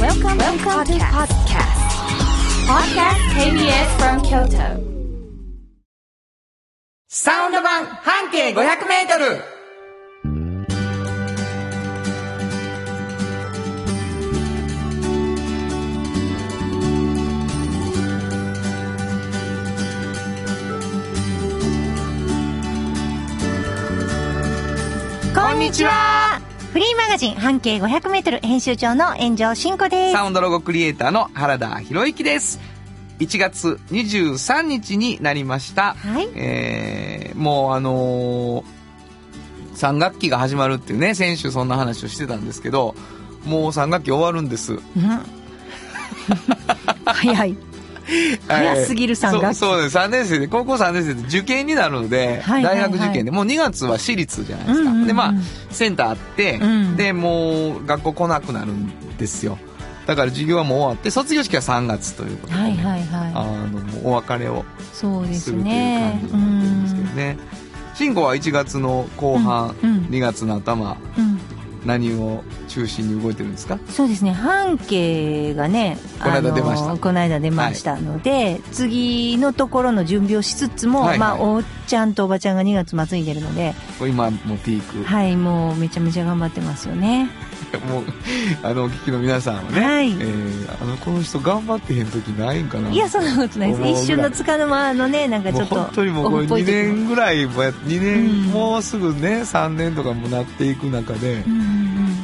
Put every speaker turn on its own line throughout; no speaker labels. Welcome, Welcome to podcast. Podcast KBS from Kyoto.
サウンド版半径500メートル
こんにちはフリーマガジン半径500メートル編集長の炎上真子です。
サウンドロゴクリエイターの原田博之です。1月23日になりました。
はい
えー、もうあのー、3学期が始まるっていうね、先週そんな話をしてたんですけど、もう3学期終わるんです。
うん早い。早すぎる三学期
そうそうです。3年生で、高校3年生で受験になるので、
はいはいはい
大学受験で、もう2月は私立じゃないですか。
うんうんうん
で、まあ、センターあって、
うん
で、もう学校来なくなるんですよ。だから授業はもう終わって、卒業式は3月ということで、
はいはいは
あの、もうお別れを
い。そうですす
るという
ね
感。じになってるんですけどね。慎吾は1月の後半、
うんうん
2月の頭、
うんうん
何を中心に動いてるんですか
そうですね。半径がね、
この間出ました
あのこの間出ましたので、次のところの準備をしつつも、
はいはい
まあ、おっちゃんとおばちゃんが2月末に出るので、
これ今もうピーク。
はい、もうめちゃめちゃ頑張ってますよね。
もう、あの、お聞きの皆さんはね、
はい
えーあの、この人頑張ってへん時ないんかないい
や、そんなことないで
思う
すね。
ぐらい
一瞬のつかの間のね、なんかち
もう
ょっと。
本当にもうこれ
オフっぽい
2
時も
年ぐらいもや、2年、
うん
もうすぐね、3年とかもなっていく中で
う、んうんうん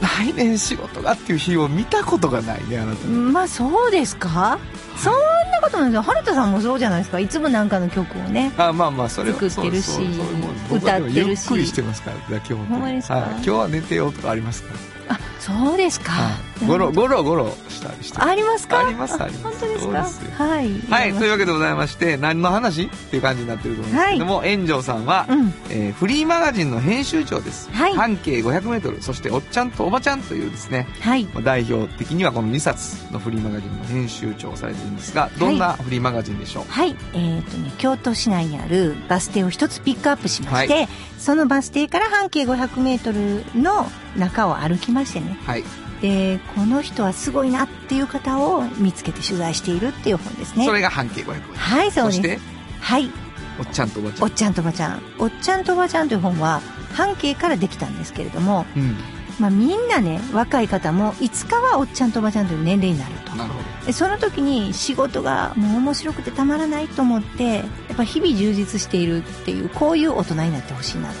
来年仕事がっていう日を見たことがないね、あなた。
まあそうですかそんなことないですよ原田さんもそうじゃないですかいつもなんかの曲をね
あまあまあそれは
作ってるし
そうそうそういうもん僕はでも
歌ってるし
ゆっくりしてますから今日は
ほんまですか
はい、今日は寝てようとかありますか
あそうですか、
ら、はい、ゴロゴロゴロしたりして
ありますか
ありますあります
本当ですか
そうですよ
はい
はいという
う
わけでございまして何の話っていう感じになってると思うんですけども、炎上さんは、
うん
えーフリーマガジンの編集長です、
はい
半径 500m そして「おっちゃんとおばちゃん」というですね
はい
まあ代表的にはこの2冊のフリーマガジンの編集長をされてるんですがどんなフリーマガジンでしょう、
はい、えっ、とね、京都市内にあるバス停を一つピックアップしまして、
は
そのバス停から半径500メートルの中を歩きましてね、
はい
で、この人はすごいなっていう方を見つけて取材しているっていう本ですね。
それが半径 500m
はい、そう
そ
で
し
す。
て
はい、
「おっちゃんとおばちゃ
お
ん
っちゃんとおばちゃん。おっちゃんとおばちゃんという本は、半径からできたんですけれども、」
うん
まあみんなね、若い方も、いつかはおっちゃんとおばちゃんという年齢になると。
なるほど
でその時に仕事がもう面白くてたまらないと思って、やっぱ日々充実しているっていう、こういう大人になってほしいなと。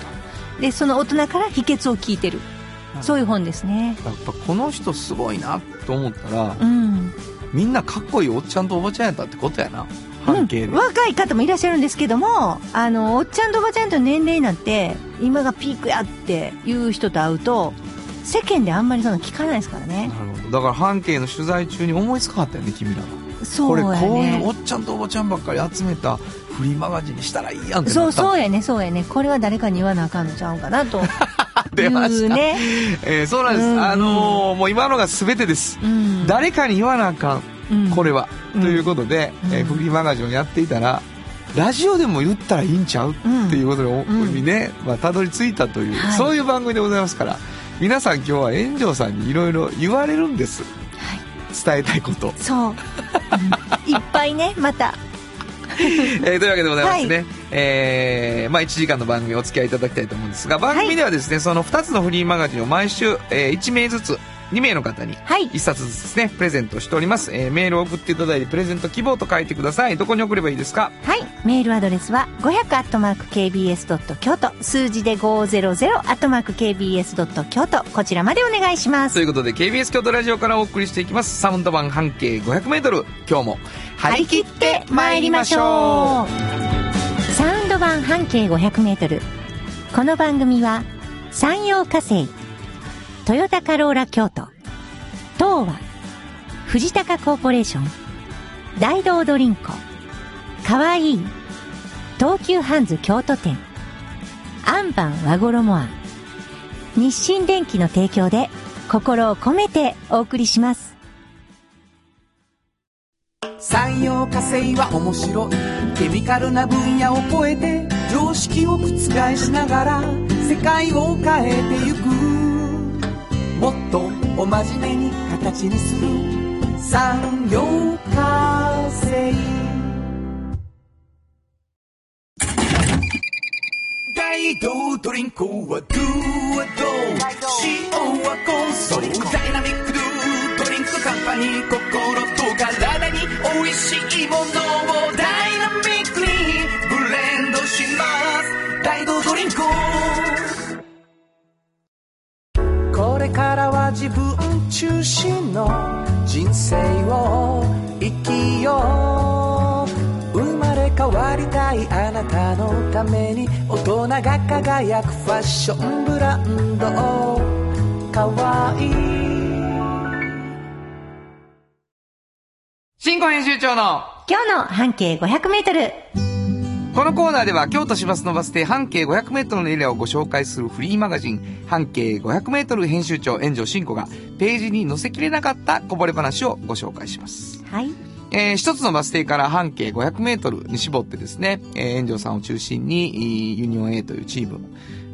で、その大人から秘訣を聞いてる。そういう本ですね。
やっぱこの人すごいなと思ったら
うん。
みんなかっこいいおっちゃんとおばちゃんやったってことやな半径で、
うん若い方もいらっしゃるんですけどもあのおっちゃんとおばちゃんと年齢になって今がピークやっていう人と会うと世間であんまりその聞かないですからね
なるほどだから半径の取材中に思いつかはったよね君らが
そ
こ
う
れこ
や
ういうお
ね
っちゃんとおばちゃんばっかり集めたフリーマガジンにしたらいいやんって
そうそううやねそうやねこれは誰かに言わなあかんのちゃうかなとい
出まし
う
た、
ね、
えーそうなんです、
うんうん
あのーもう今のが全てです、
うん、
誰かに言わなあかん
うん
これは、
うん
ということで、えー
うん
フリーマガジンをやっていたらラジオでも言ったらいいんちゃう
うん
っていうこと
ん
にね、まあ、たどり着いたという、
はい
そういう番組でございますから皆さん今日は炎上さんにいろいろ言われるんです
はい
伝えたいこと、
そう、うんいっぱいねまた
えーというわけでございましてね、えーまあ、1時間の番組お付き合いいただきたいと思うんですが番組ではですね、その2つのフリーマガジンを毎週、え1名ずつ2名の方に
はい
1冊ずつですねプレゼントしております、えーメールを送っていただいてプレゼント希望と書いてくださいどこに送ればいいですか
はい。メールアドレスは、500 k b s k y o t 数字で500 k b s k y o t こちらまでお願いしま
と
す。
いうことで KBS 京都ラジオからお送りしていきますサウンド版半径 500m 今日も張り切って参りましょ
うサウンド版半径500メートル。この番組は、山陽火星、トヨタカローラ京都、東和、藤高コーポレーション、大道ドリンク、かわいい、東急ハンズ京都店、アンパン和衣あん、日清電機の提供で心を込めてお送りします。
産業化成は面白いケミカルな分野を超えて常識を覆しながら世界を変えてゆくもっとお真面目に形にする産業化成大道ドリンクはドゥはドゥ塩はコンソリダイナミックドゥドリンクカンパニー心と体に美味しいものをダイナミックにブレンドします大道ドリンクこれからは自分中心の人生を生きよう生まれ変わりたいあなたのために大人が輝くファッションブランドかわいい
新婚編集長の
今日の半径500メートル。
このコーナーでは京都市バスのバス停半径 500m のエリアをご紹介するフリーマガジン半径 500m 編集長炎上真子がページに載せきれなかったこぼれ話をご紹介します。
はい。
えー一つのバス停から半径 500m に絞ってですね、えー炎上さんを中心にいーユニオン A というチーム、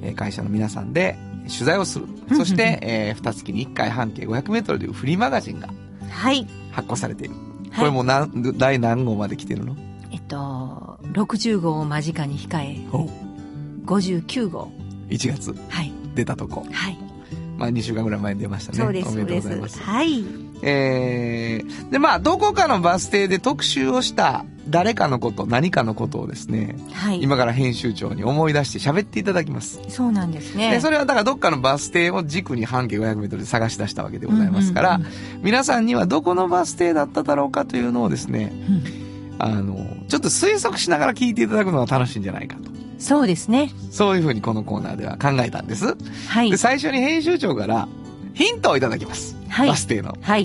えー会社の皆さんで取材をする。そして、えー二月に一回半径 500m というフリーマガジンが
はい。
発行されている。
はい
これもう何、第何号まで来てるの
えっと、60号を間近に控え、
ほう
59号。
?1 月
はい。
出たとこ。
はい。
まあ、2週間ぐらい前に出ましたね。
そうです、
お
そ
め
う
で
で
とうございます
す。。はい。
えー、で、まあ、どこかのバス停で特集をした誰かのこと、何かのことをですね、
はい。
今から編集長に思い出して喋っていただきます。
そうなんですね。
で、それはだからどっかのバス停を軸に半径500メートルで探し出したわけでございますから、
うんうん
皆さんにはどこのバス停だっただろうかというのをですね、
うん
あの、ちょっと推測しながら聞いていただくのが楽しいんじゃないかと。
そうですね。
そういうふうにこのコーナーでは考えたんです。
はい
で、。最初に編集長からヒントをいただきます。
はい
バス停の。
はい。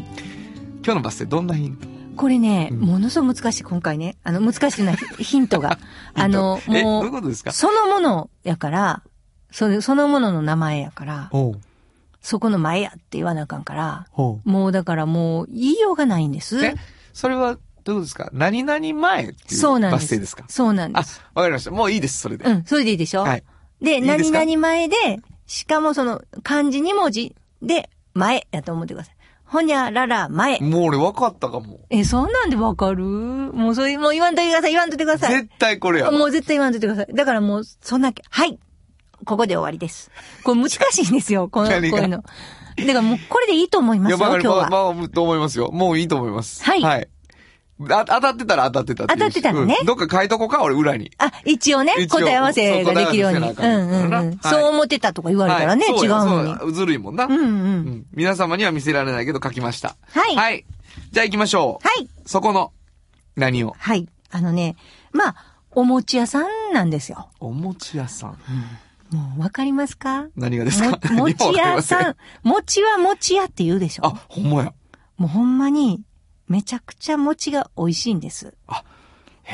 今日のバス停どんなヒント
これね、
うん
ものすごく難しい、今回ね。あの、難しいな、 ヒントが。あの、
え、ど
も
ういうことですか
う、そのものやから、それ、そのものの名前やから、
ほう、
そこの前やって言わなあかんから、
ほ
もうだからもう言いようがないんで
う。
す
え。、それはどういうことですか何々前ってい
そう
う
なん
バ
で
ス
す。
停ですか
そうなんで
あ
す。、
わかりました。もういいです、それで。
うん、それでいいでしょ
はい。
で、
いいです
何
か
々前で、しかもその漢字2文字で、前やと思ってください。ほにゃらら前。
もう俺分かったかも。
え、そんなんでわかるもうそれ、もう言わんといてください、言わんといてください
絶。対これやわ。
もう絶対言わんといてください。だからもう、そんな、はい。ここで終わりです。これ難しいんですよ、この、こう
何が
いうの。だからもうこれでいいと思いま
い
す
や、
よ、
わ
今
かる、
日
まあ、
は。
まあ、と思いますよ。もういいと思います。
はい
はい。あ当たってたら当たってたっていうし
当たってたらね
うんどっか書いとこうか、俺裏に。
あ、一応ね
一応
答え合わせができるように。
そうう答え合わせせなあかんから
んうん
な
うん。
はい
そう思ってたとか言われたらね、
はい
違うのに。
そうやずるいもんな。
うんう。
うんん皆様には見せられないけど書きました。
はい
はい。じゃあ行きましょう。
はい。
そこの、何を
はい。あのね、まあ、お餅屋さんなんですよ。
お餅屋さん。
もうわかりますか
何がですか
も 餅屋
日本はわかりませ
さん。餅は餅屋って言うでしょ
あ、ほんまや。
もうほんまに、めちゃくちゃ餅が美味しいんです。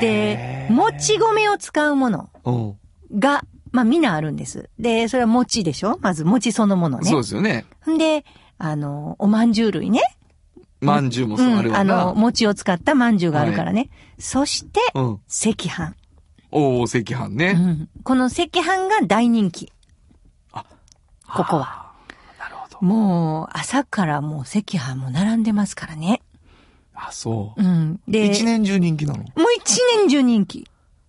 で
へ、ー
もち米を使うもの
うん。
が、まあ、みんなあるんです。で、それは餅でしょまず餅そのものね。
そうですよね。
んで、あの、お饅頭類ね。
まんじゅうもそううある
ん。あ
わな。
の、餅を使った饅頭があるからね。そして、
うん。
赤飯。
おお赤飯
う
ね。
ん。この赤飯が大人気。ここは。
なるほど。
もう、朝からもう赤飯も並んでますからね。
あ、そう
う。ん。で、
一年中人気なの
もう一年中人気。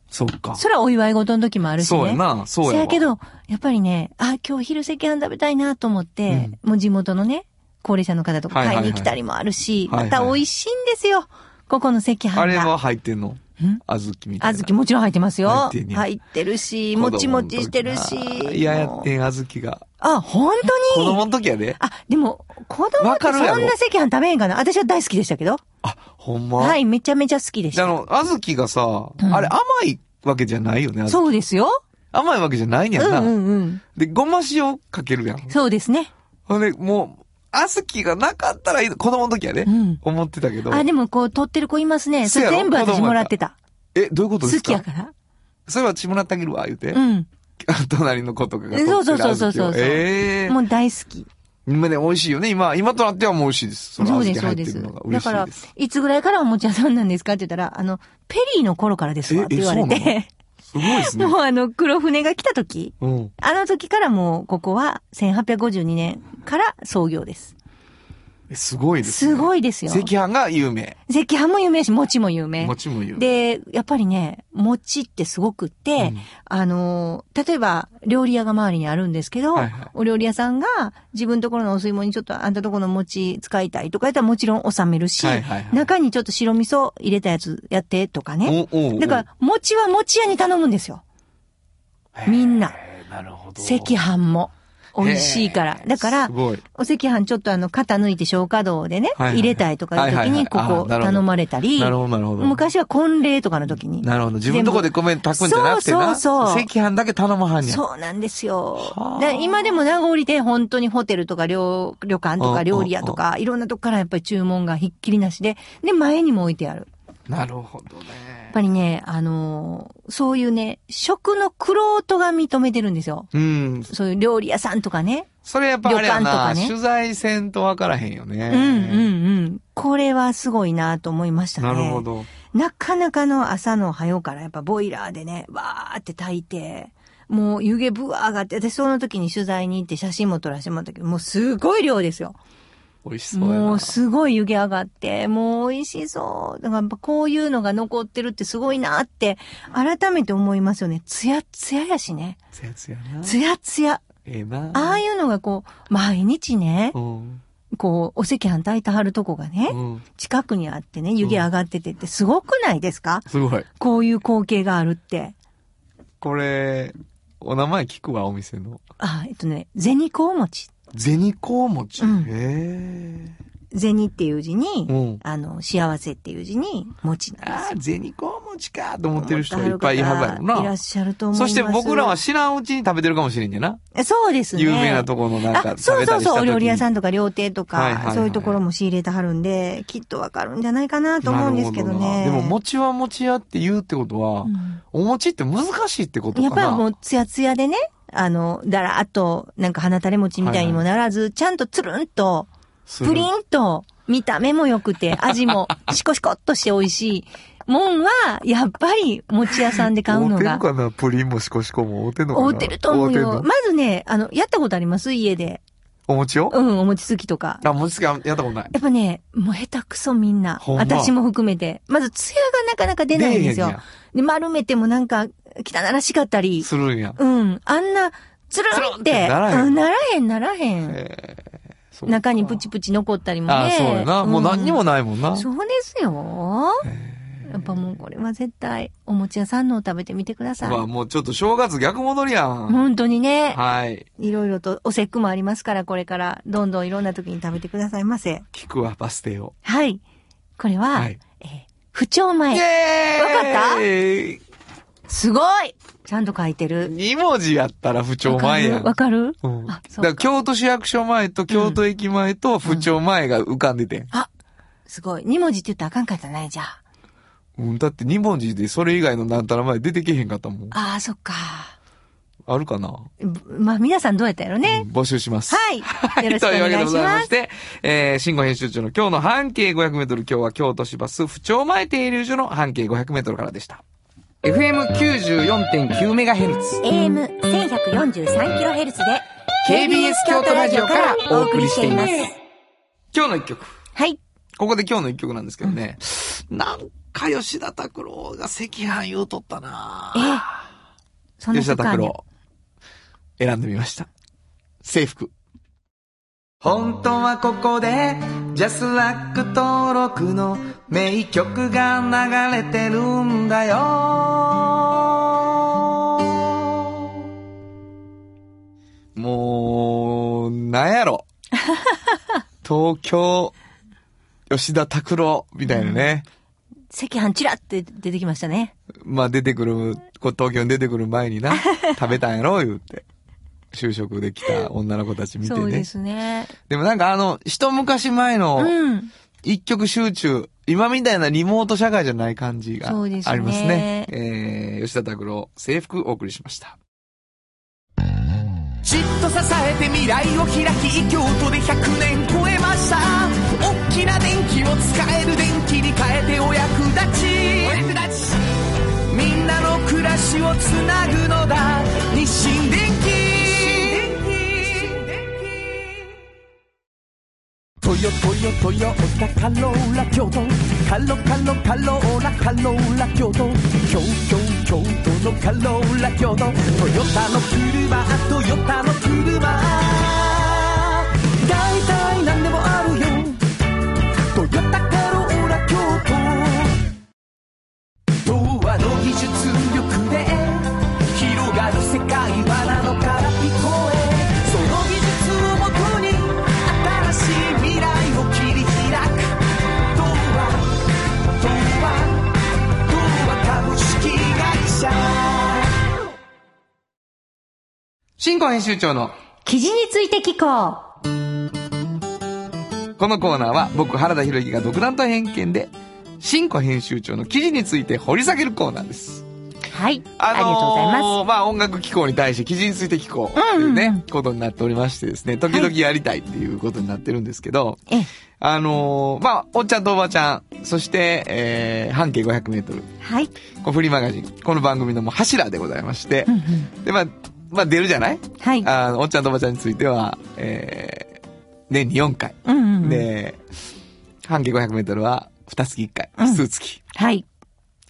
そっか。
それはお祝い事の時もあるしね。
そうやな、そうや
せ
わ。
やけど、やっぱりね、あ、今日昼赤飯食べたいなと思って、もう地元のね、高齢者の方とか
はいはい
買
はいい
に来たりもあるし、
はいはい
また美味しいんですよ。ここの赤飯が。
あれは入ってんの
ん
あずきみたい
あ
な。
ずきもちろん入ってますよ。
入ってんねや
入ってるし、もちもちしてるし。
いややってん、あずきが。
あ、本当
子
に
供の時やで。
あ、でも、子供
わ
って
か
そ
る
ん
や
な
ろ
赤飯食べへんかな私は大好きでしたけど。
あ、ほんま。
はい、めちゃめちゃ好きでし
であ
た。
の、あずきがさ、
うん
あれ甘いわけじゃないよね。あずき
そうですよ。
甘いわけじゃないん
う
や
ん
んな。
うんうん。
で、ごま塩かけるやん。
そうですね。
ほんで、もう、あずきがなかったらいいの。子供の時やで。
うん
思ってたけど。
あ、でもこう、取ってる子いますね。そ
せや
れ
ろ
全部私もらってた。
え、どういうことです
好き
か
やから。
それは血もらってあげるわ、言うて。
うん。
隣の子とかが取ってる
そうそうそうそうそ
小豆
う
をええ
もう大好き。
今ね、美味しいよね。今、今となってはもう美味しいです。その
そう
小豆
です、そ
入っ
う
て
で
る
す。
のが
だ
嬉し
か
い
ら
で、す。
いつぐらいからおもちゃさんなんですかって言ったら、あの、ペリーの頃からですわって言われ
ええそうな
て、
すごいですね
も。うあの、黒船が来た時、
うん。
あの時からもう、ここは1852年から創業です。
えすごいですね。
すごいですよ。
赤飯が有名。
赤飯も有名やし、餅も有名。
餅も有名。
で、やっぱりね、餅ってすごくって、
うん
あの、例えば、料理屋が周りにあるんですけど、
はいはい
お料理屋さんが自分のところのお吸い物にちょっとあんたところの餅使いたいとかやったらもちろん納めるし、
はいはいはい
中にちょっと白味噌入れたやつやってとかね。
おうおうおう
だから、餅は餅屋に頼むんですよ。みんな。
へーなるほど。
赤飯も。美味しいから。だから
す、ごい。
お赤飯ちょっとあの、肩抜いて消化道でね、
はいはい
入れたいとかいう時に、こ
はいはいはいあ
こ
ーなるほど
頼まれたり、
なるほど、なるほど。
昔は婚礼とかの時に。
なるほど。自分のとこで米炊くんじゃなくてな。
そうそうそう
赤飯だけ頼まはんや。
そうなんです
は
よ
あ。
で今でも名残で本当にホテルとか旅旅館と
うんうんう
か
ん
料理屋とか、いろんなとこからやっぱり注文がひっきりなしで、で、前にも置いてある。
なるほど
や
ね
っ。ぱりね、あのーそういうね、食の苦労とが認めてるんですよ。
うん。
そういう料理屋さんとかね。
それやっぱあれや
旅館
な、
とかね
取材せんとわからへんよね。
うんうんうん。これはすごいなと思いましたね。
なるほ。ど。
なかなかの朝の早うからやっぱボイラーでね、わーって炊いて、もう湯気ぶわー上がって、で、その時に取材に行って写真も撮らせてもらったけど、もうすごい量ですよ。
美味しそうやな。
もうすごい湯気上がって、もう美味しそう。だからやっぱこういうのが残ってるってすごいなって、改めて思いますよね。ツヤツヤやしね。
つやつやな。
ツヤツヤ。
ええな。
ああいうのがこう、毎日ね、
うん。
こう、お赤飯炊いてはるとこがね
う、ん。
近くにあってね、湯気上がっててってすごくないですか
すごい。
こういう光景があるって。
これ、お名前聞くわ、お店の。
あ、えっとね、銭子餅。
銭子餅。
うん
へ
銭っていう字に、
え。うん。
あの、幸せっていう字に、餅なんです
あ
よ。
あ、銭子餅かと思ってる人いっぱいいはずやろ
いらっ
な。
しゃると思いま
そ
す。
して僕らは知らんうちに食べてるかもしれんじゃな。
え、そうですね。
有名なところのなんか
あ、
食
そ
べ
う
た
そう
りした
そう、
時
お料理屋さ
ん
んとか料亭とか、
はいはいはい
そういうところも仕入れてはるんで、きっとわかるんじゃないかなと思うんですけどね。
でも、餅は餅屋って言うってことは、お餅って難しいってこと
うんやっ
かな。
ぱりもう、ツヤツヤでね、あの、だらーっと、なんか鼻垂れ餅みたいにもならず、ちゃんとつるんと、
する
プリンと、見た目も良 くて、味もシコシコっとして美味しい。もんは、やっぱり、餅屋さんで買うのが。
合うてるかなプリンもシコシコも合うてんのかな
合うてると思う
合
よ。
てんの
まずね、あの、やったことあります家で。
お餅を、
うん、お餅つきとか。
あ、餅つきあんやったことない。
やっぱね、もう下手くそみんな。
ほんま
私も含めて。まず、ツヤがなかなか出ないんです
出えへんね
よ。で、丸めてもなんか、汚らしかったり。
するんや。
うん。あんな、つるんっ
つるんって
て。
ならへん
うんならへん、ならへん。
えー
中にプチプチ残ったりもね。
あ、そうやな。もう何にも
な
ないもんな。
そうですよ。やっぱもうこれは絶対、お餅屋さんのを食べてみてくださ
まあ
い。
もうちょっと正月逆戻りやん。
本当にね。
はい。
いろいろとお節句もありますから、これから、どんどんいろんな時に食べてくださいませ。
聞くわ、バス停を。
はい。これは、
はい
えー不
イ
調
ェ
前。
ーイわかっ
すごいちゃんと書いて
た
る。
!2 文字やったら不調前やん。
わかるわかる
うん、だ
あそう
から京都市役所前と京都駅前と府庁前が浮かんでてん。
あ、すごい。二文字って言ったらあかんかったね、じゃあ。
うん、だって2文字でそれ以外のなんたら前出てけへんかったもん。
ああ、そっか。
あるかな、
ぶまあ、皆さんどうやったやろね
う。ん募集します。
はい。よろしくお願いし
というわけでござい
ま
ますし。て、えー、新語編集長の今日の半径500メートル、今日は京都市バス府庁前停留所の半径500メートルからでした。FM94.9 メガヘルツ。
AM1143kHz で
KBS 京都ラジオからお送りしています。今日の一曲。
はい。
ここで今日の一曲なんですけどね。なんか吉田拓郎が赤飯言うとったな
えーそんな
吉田
時間
拓
に
郎。選んでみました。制服。本当はここで、ジャスラック登録の名曲が流れてるんだよ。もう、なんや ろ。東京、吉田拓郎、みたいなね。
赤飯チラって出てきましたね。
まあ出てくる、こう東京に出てくる前 にな、食べたんやろ、言うて。就職できた女の子たち見て
そう
ね。
で
です
ね。
もなんかあの、一昔前の
うん。
一曲集中、今みたいなリモート社会じゃない感じがあ
そう
り
で
ます
ね
すね。えー、吉田拓郎、制服お送りしました。
じっと支えて未来を開き京都で100年超えました大きな電気を使える電気に変えてお役立ちお役立ちみんなの暮らしをつなぐのだ日清電気トヨヨトヨトヨタカローラ京都カロカロカローラカローラ京都京都京都のカローラ京都トヨタの車トヨタの車大体何でもあるよトヨタカローラ京都童話の技術力で広がる世界はなのから聞こえその技術をもとに新しい未来を切り開く童話童話童話株式会社
新婚編集長の
記事について聞こう。
このコーナーは僕原田博之が独断と偏見で新婚編集長の記事について掘り下げるコーナーです。
はい。
あ
あ
のー
りがとうございます。
まあ音楽機構に対して記事について聞こうっていうね、ことになっておりましてですね、時々やりたいっていうことになってるんですけど、
ええ
あのーまあ、おっちゃんとおばちゃん、そして、えー、半径500メートル、
はい。
こうフリーマガジン、この番組のもう柱でございまして、
うんうん。
で、まあ、まあ出るじゃない
はい。
あの、おっちゃんとおばちゃんについては、えー、年に4回。
うんうん。
で、半径500メートルは、二月1回、
うん
数月。
はい。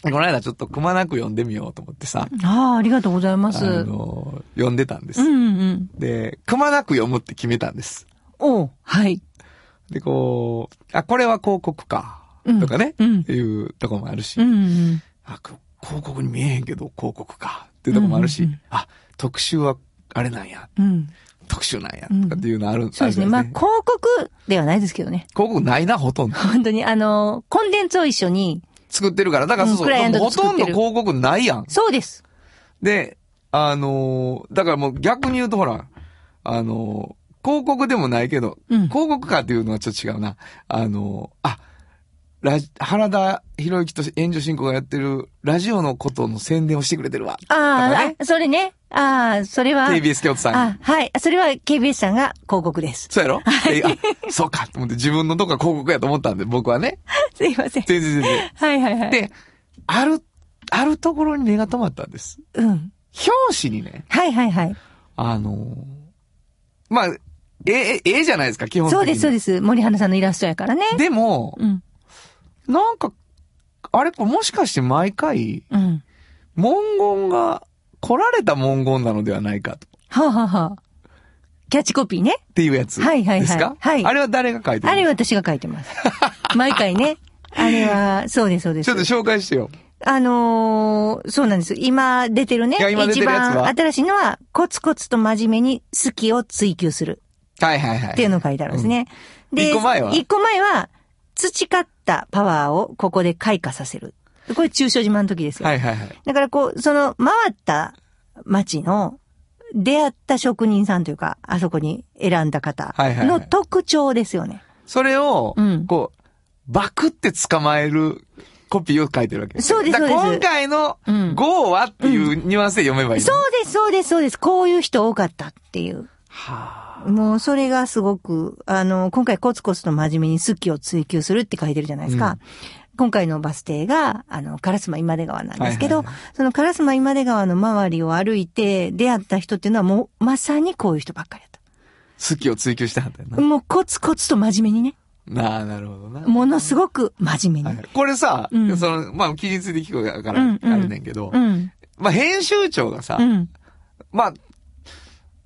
でこの間ちょっとくまなく読んでみようと思ってさ、
ああ、ありがとうございま
あ
す。うん
の、読んでたんです
う。んうん。
で、くまなく読むって決めたんです。
おうはい。
で、こう、あ、これは広告か、
うん
とかね、
うん
っていうとこもあるし、
うんうん。
あ、こ広告に見えへんけど広告か、っていうとこもあるし、
うんうんうん
あ、特集はあれなんや、
うん。
特集なんや、とかっていうのある、あるじ
そ
ゃ
う
ない
ですね。まあ、広告ではないですけどね。
広告ないな、ほとん ど。
本当に、あのー、コンテンツを一緒に。
作ってるから、だからそう
うんクライアント
ほ
と作
と
っ
ん
て
ど
る
広告ないやん。
そうです。
で、あのーだからもう逆に言うとほら、あのー広告でもないけど、
うん
広告かっていうのはちょっと違うな。あのーあ、ラジ、原田博之と援助進行がやってるラジオのことの宣伝をしてくれてるわ。
あ
だから
ー、
ね
あ、それね。ああ、それは。
KBS 京都さんが。
あ、はい。それは KBS さんが広告です。
そうやろ、であ、そうかと思って自分のとこは広告やと思ったんで、僕はね。
すいません。
全然全然。
はいはいはい。、
で、ある、あるところに目が止まったんです。
うん。
表紙にね、
はいはいはい。
あのーまあ、え、え、ええじゃないですか、基本的に。
そうですそう
で
です。森花さんのイラストやからね。
す。でも、
うん。
なんか、あれ、これもしかして毎回、
うん。
文言が、来られた文言なのではないかと。
はあ、はあはあ、キャッチコピーね。
っていうやつ。
はいはいはい
ですか
はい
あれは誰が書いてる
あれ
は。
私が書い てます。毎回ね。あれは、そうですそうで
ちょっと
す。
紹介してよ。
あのーそうなんです。今出てるね。
いや今出てるやつは
一番新しいのは、コツコツと真面目に好きを追求する
はいはいはい。
っていうのを書いてあるんですね。
ん
で、
一個前は
一個前は、培ったパワーをここで開花させる。これ中小島の時ですよ。
はいはいはい。
だからこう、その回った町の出会った職人さんというか、あそこに選んだ方
はいはいは
の
い
特徴ですよね。
それを、
うん
こう、バクって捕まえるコピーを書いてるわけ
そうです
だから
そうです
今回の
うん
号はっていうニュアンスで読めばいいの、
そうです、そうです、そうです。こういう人多かったっていう。
はあ。
もうそれがすごく、あの、今回コツコツと真面目に好きを追求するって書いてるじゃないですか。今回のバス停が、あの、烏丸今出川なんですけど、
はいは
その烏丸今出川の周りを歩いて出会った人っていうのはもうまさにこういう人ばっかりだ
好きを追求してはったよな
った。。もうコツコツと真面目にね、
なあ、なるほどな。
ものすごく真面目
は
に
い。これさ、
うん
その、まあ、期日で聞こえか
う
ら
ん、うん
あれねんけど、
うん。
まあ、編集長がさ、
うん。
まあ、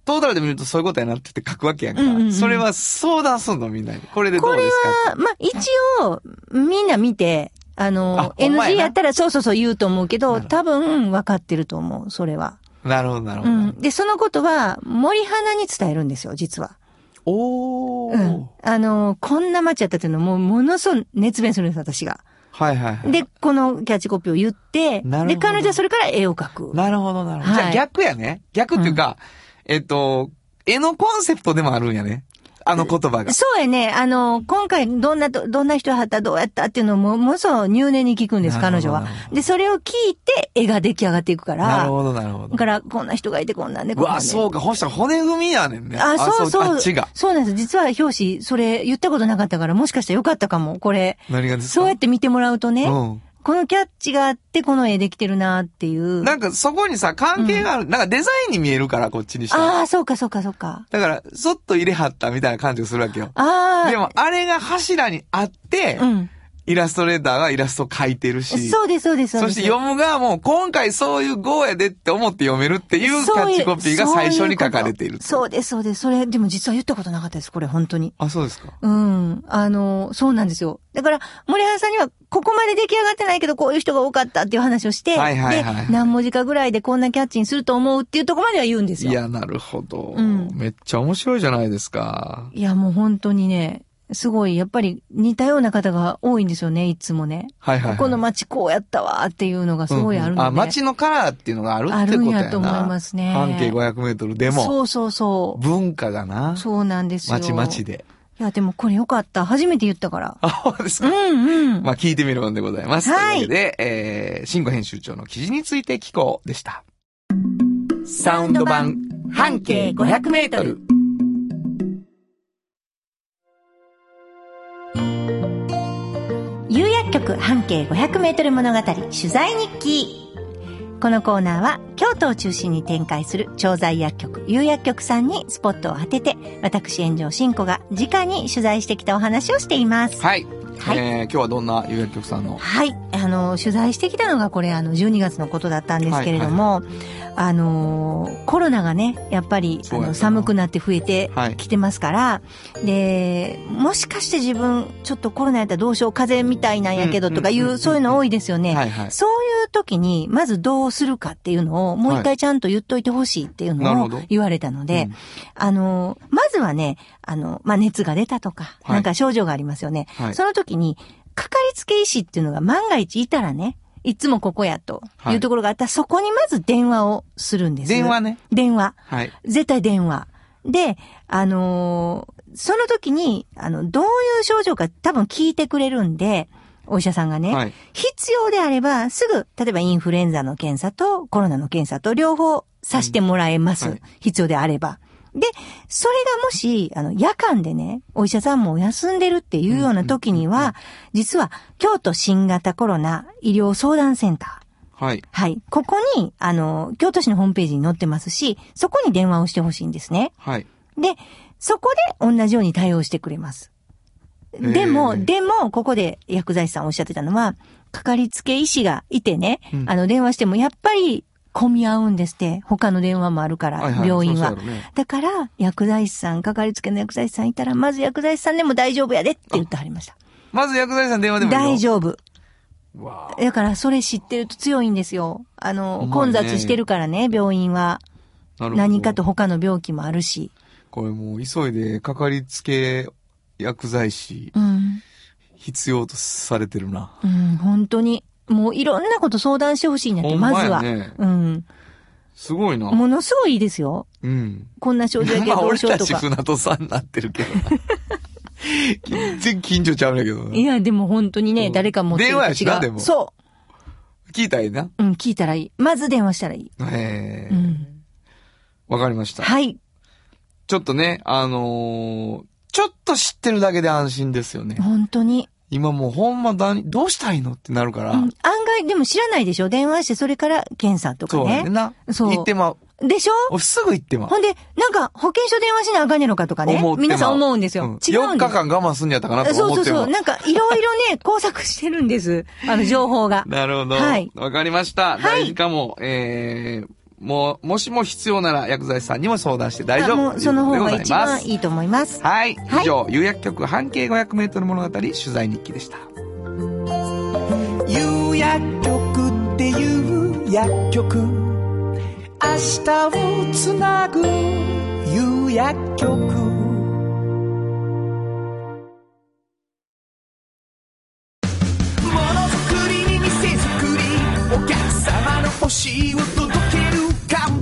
トータルで見るとそういうことやなって言って書くわけやんか、
うんうんうん
それは相談すんのみんなに。これでどうですか
あまあ、一応、みんな見て、あ
あ
の、
ほんまや
NG
な
やったらそうそうそう言うと思うけ
な
ど、
るほ
多分分かってると思う、それは。
なるほど、なるほ
う
ど。
ん。で、そのことは、森花に伝えるんですよ、実は。
お
う
ー、
ん。あの、こんな街やったっていうのも、ものすごい熱弁するんです、私が。
はいはいはい。
で、このキャッチコピーを言って、
なるほ
で、
ど
彼女はそれから絵を描く。
なるほど、なるほど。じ
は
ゃあ
い
逆やね。逆っていうか、えっと、絵のコンセプトでもあるんやね。あの言葉が。
そうやね。あの、今回、どんなと、どんな人はった、どうやったっていうのも、ものすごい入念に聞くんです、
なる
彼
ほど
女は
なるほ。ど
で、それを聞いて、絵が出来上がっていくから。
なるほど、なるほど
だか。ら、こんな人がいて、こんなんで、
う
こんなん
わ
で。
あ、そうか、ほしたら骨組みやねんね。
あ、そうそ
あ
う。
っちが。
そうなんです。実は表紙、それ言ったことなかったから、もしかしたらよかったかも、これ。
何がですか
そうやって見てもらうとね、
うん
このキャッチがあって、この絵できてるなっていう。
なんかそこにさ、関係がある。なんかデザインに見えるから、こっちにしたら。
ああ、そうかそうかそうか。
だから、そっと入れはったみたいな感じがするわけよ。
ああ。
でも、あれが柱にあって、
うん。
イラストレーターがイラスト描いてるし。
そうです、そうです、う
そ
です。
して読む側も、今回そういう号やでって思って読めるっていうキャッチコピーが最初に書かれている。
そういうことそうです、そうです。それ、でも実は言ったことなかったです、これ、本当に。
あ、そうですか。
うん。あの、そうなんですよ。だから、森原さんには、ここまで出来上がってないけど、こういう人が多かったっていう話をして、
はいはいはい
で、何文字かぐらいでこんなキャッチにすると思うっていうところまでは言うんですよ。
いや、なるほど、
うん
めっちゃ面白いじゃないですか。
いや、もう本当にね、すごい、やっぱり似たような方が多いんですよね、いつもね。
はいはい、はい。
ここの町こうやったわっていうのがすごいあるので。
うんうんあ、街のカラーっていうのがあるってことやな。
あるんやと思いますね
半径500メートルでも、
そうそうそ
文化がな
う。、そうなんですよ。
街々。で。
いや、でもこれよかった。初めて言ったから。
あ、そうです
う
か。
んうん。
まあ、聞いてみるもんでございます。
は
とい
い
うわけで、えー、新語編集長の記事について聞こうでした。サ
ウンド版半径500メートル。有薬局半径500メートル物語取材日記。このコーナーは京都を中心に展開する調剤薬局、有薬局さんにスポットを当てて、私、炎上真子が直に取材してきたお話をしています。
はい。
はい
えー今日はどんな有楽曲さんの
はい。あの、取材してきたのがこれ、あの、12月のことだったんですけれども、あの、コロナがね、やっぱり、あ
そうやったな
の、寒くなって増えて
はい
きてますから、で、もしかして自分、ちょっとコロナやったらどうしよう、風邪みたいなんやけどとか
う
い
んうんうんう
う、
ん
そういうの多いですよね。
はいはい。
そういう時に、まずどうするかっていうのを、もう一
は
回ちゃんと言っといてほしいっていう
なる
の
ほ
を
ど
言われたので、
うん
あの、まずはね、あの、まあ、熱が出たとか、
はい
なんか症状がありますよね。
はい
その時に、かかりつけ医師っていうのが万が一いたらね、いつもここやと
はい
いうところがあったら、そこにまず電話をするんです。
電話ね。
電話。
はい。
絶対電話。で、あのーその時に、あの、どういう症状か多分聞いてくれるんで、お医者さんがね、
はい
必要であれば、すぐ、例えばインフルエンザの検査とコロナの検査と両方さしてもらえます。
うんはい
必要であれば。で、それがもし、あの、夜間でね、お医者さんも休んでるっていうような時には、実は、京都新型コロナ医療相談センター、
はい。
はい。ここに、あの、京都市のホームページに載ってますし、そこに電話をしてほしいんですね。
はい。
で、そこで同じように対応してくれます。
ー
でも、でも、ここで薬剤師さんおっしゃってたのは、かかりつけ医師がいてね、
うん
あの、電話してもやっぱり混み合うんですって、他の電話もあるから、
はいはい
病院は。
そうそうやろね
だから、薬剤師さん、かかりつけの薬剤師さんいたら、まず薬剤師さんでも大丈夫やでって言ってはりました。
まず薬剤師さん電話でもいいよ
大丈夫。
わ
だから、それ知ってると強いんですよ。あの、
うまい
混
ね
雑してるからね、病院は。
あなるほど
何かと。他の病気もあるし。
これもう急いでかかりつけ薬剤師
うん。
必要とされてるな。
うん、本当に。もういろんなこと相談してほしいんやって、
ほんま
ま
やね
ずは。うん。
すごいな。
ものすごいいいですよ。
うん。
こんな症状やけ
ま
ど
あ
どう
俺
しよう
た
と
ち
か。
船戸さんになってるけ どな。全然緊張ちゃうんだけどない
や、でも本当に
う
ね、
ん
誰か持ってる
電話や
口
しな
が
でも
そ
聞いたらいいな。
う。うん、聞いたらいい。まず電話したらいい。
ええ
うん。
わかりました。
はい。
ちょっとね、あのーちょっと知ってるだけで安心ですよね。
本当に。
今もうほんまだに、どうしたらいいのってなるから。
うん、案外、でも知らないでしょ電話して、それから検査とか
そうや
ね
ねん。な。
そう
行ってまう。
でしょ
俺すぐ行ってまう
ほ。んで、なんか、保険証電話しなあかんやろかとかね
思っ。てまう
皆さん思うんですよ。違うんですよ
4日間我慢すんやったかなと
そう
思
そ
っ
う
てま
そうう。。なんか、いろいろね、工作してる んです。あの、情報が。
なるほど。
はい
わかりました。
はい
大事かも。えー、もう、もしも必要なら薬剤師さんにも相談して大丈
あも
夫
う、その方が
ということでご
一
ざいま
番
す
いいと思います。
はい。
はい
以上、有薬局半径500メートル物語取材日記でした。
有薬局っていう薬局明日をつなぐ有薬局ものづくりに店づくりお客様の欲しいを届けるカン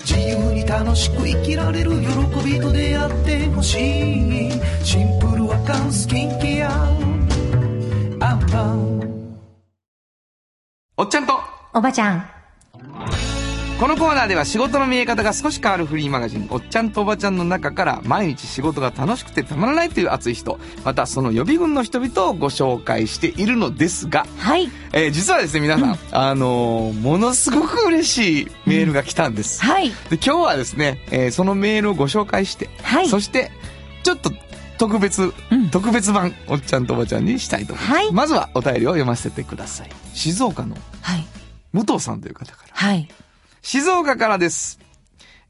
自由にに楽しく生きられる喜びと出会ってほしいシンプルアカンスキンケアアンパン
おっちゃんと
おばちゃん。
このコーナーでは仕事の見え方が少し変わるフリーマガジン、おっちゃんとおばちゃんの中から毎日仕事が楽しくてたまらないという熱い人、またその予備軍の人々をご紹介しているのですが、
はい。
えー実はですね皆さん、あのーものすごく嬉しいメールが来たんです、
はい。
で今日はですね、えーそのメールをご紹介して、
はい
そしてちょっと特別、
うん
特別版おっちゃんとおばちゃんにしたいと思います、
はい
まずはお便りを読ませてください静岡の
はい。
武藤さんという方から
はい。
静岡からです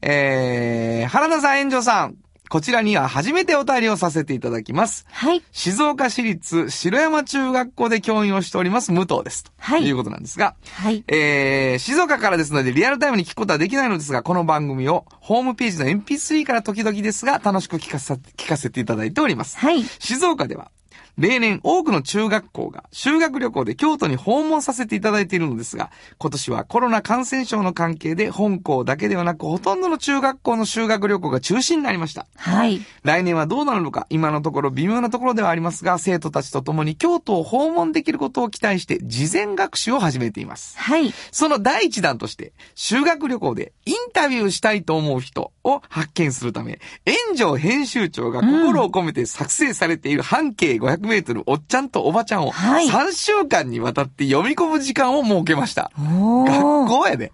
えー、原田さん炎上さんこちらには初めてお便りをさせていただきます
はい。
静岡市立城山中学校で教員をしております武藤です。
はい
ということなんですが、
はい。
えー、静岡からですのでリアルタイムに聞くことはできないのですが、この番組をホームページの MP3 から時々ですが、楽しく聞かさ、聞かせていただいております。
はい。
静岡では、例年多くの中学校が修学旅行で京都に訪問させていただいているのですが、今年はコロナ感染症の関係で本校だけではなくほとんどの中学校の修学旅行が中止になりました。
はい。
来年はどうなるのか、今のところ微妙なところではありますが、生徒たちと共に京都を訪問できることを期待して、事前学習を始めています。
はい。
その第一弾として、修学旅行でインタビューしたいと思う人を発見するため、炎上編集長が心を込めて作成されている半径500メートルおっちゃんとおばちゃんを、
はい
3週間にわたって読み込む時間を設けました。
お
学
ー。
校やで。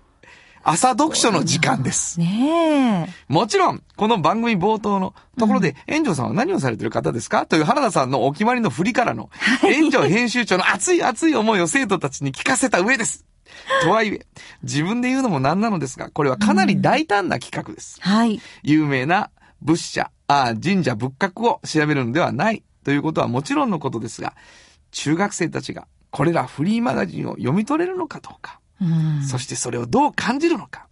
朝読書の時間です。
ねえ。
もちろん、この番組冒頭のところで、炎上さんは何をされてる方ですかという原田さんのお決まりの振りからの、炎上編集長の熱い熱い思いを生徒たちに聞かせた上です。とはいえ、自分で言うのもなんなのですが、これはかなり大胆な企画です。
はい。
有名な仏社、あ神社仏閣を調べるのではないということはもちろんのことですが、中学生たちがこれらフリーマガジンを読み取れるのかどうか、
うん。
そしてそれをどう感じるのか、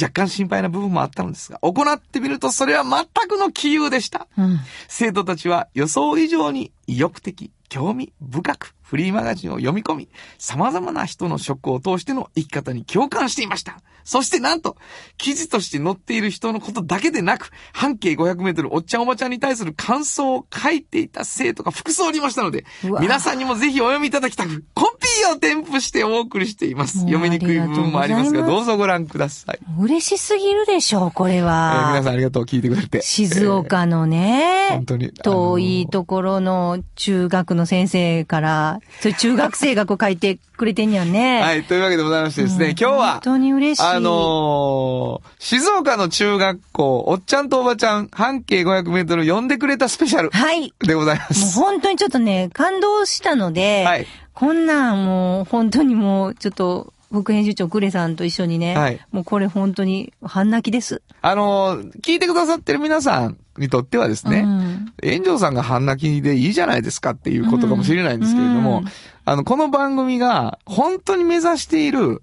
若干心配な部分もあったのですが、行ってみるとそれは全くの杞憂でした。
うん。
生徒たちは予想以上に意欲的、興味深く、フリーマガジンを読み込み、様々な人の職を通しての生き方に共感していました。そしてなんと、記事として載っている人のことだけでなく、半径500メートルおっちゃんおばちゃんに対する感想を書いていた生徒が複数おりましたので
うわ、
皆さんにもぜひお読みいただきたく、コピーを添付してお送りしています。
もう
読みにくい部分もありますが、
ありがとうございます
どうぞご覧ください。
嬉しすぎるでしょう、これ
えー
は。
皆さんありがとう、聞いてくれて。
静岡のね、
本当に
遠いところの中学の先生から、それ中学生がこう書いてくれてんや ね。。
はいい、というわけでございましてですね、今日は
本、当に嬉しい。
あのー、静岡の中学校、おっちゃんとおばちゃん、半径500メートル呼んでくれたスペシャル
はい。
でございま
もう
す。
本当にちょっとね、感動したので、
はい
こんなんもう本当にもうちょっと、副編集長クレさんと一緒にね、
はい
もうこれ本当に半泣きです。
あのー、聞いてくださってる皆さんにとってはですね、
うん
炎上さんが半泣きでいいじゃないですかっていうことかもしれないんですけれども、
うん
あの、この番組が本当に目指している
うん。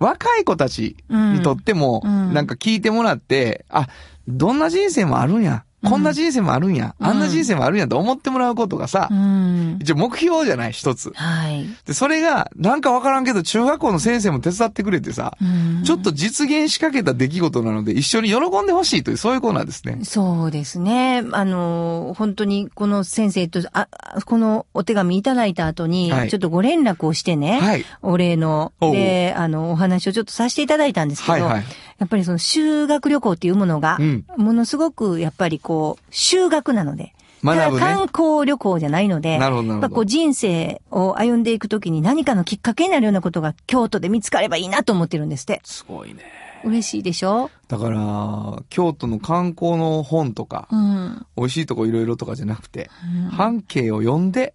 若い子たちにとっても、
うんうん
なんか聞いてもらって、あ、どんな人生もあるんや、こんな人生もあるんや、
うん
あんな人生もあるんやと思ってもらうことがさ、
うん。
一応目標じゃない、一つ。
はい。
で、それが、なんかわからんけど、中学校の先生も手伝ってくれてさ、
うん
ちょっと実現しかけた出来事なので、一緒に喜んでほしいという、そういうコーナーですね。
そうですね。あの、本当にこの先生と、あ、このお手紙いただいた後に、
はい
ちょっとご連絡をしてね、
はい。
お礼の、
おう
で、あの、お話をちょっとさせていただいたんですけど、
はいはい。
やっぱりその修学旅行っていうものが、
うん
ものすごくやっぱりこう、修学なので、
学ぶね
ただ観光旅行じゃないので、
なるほどなるほ
や
ど
っぱこう人生を歩んでいくときに何かのきっかけになるようなことが京都で見つかればいいなと思ってるんですって。
すごいね。
嬉しいでしょ
だから、京都の観光の本とか、
うん。
美味しいとこいろいろとかじゃなくて、半径を読んで、